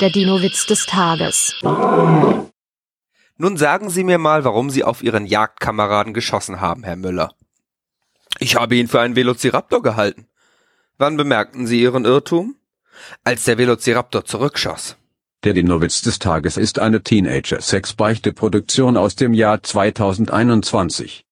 Der Dino-Witz des Tages. Nun sagen Sie mir mal, warum Sie auf Ihren Jagdkameraden geschossen haben, Herr Müller. Ich habe ihn für einen Velociraptor gehalten. Wann bemerkten Sie Ihren Irrtum? Als der Velociraptor zurückschoss. Der Dinowitz des Tages ist eine Teenager-Sex-Beichte-Produktion aus dem Jahr 2021.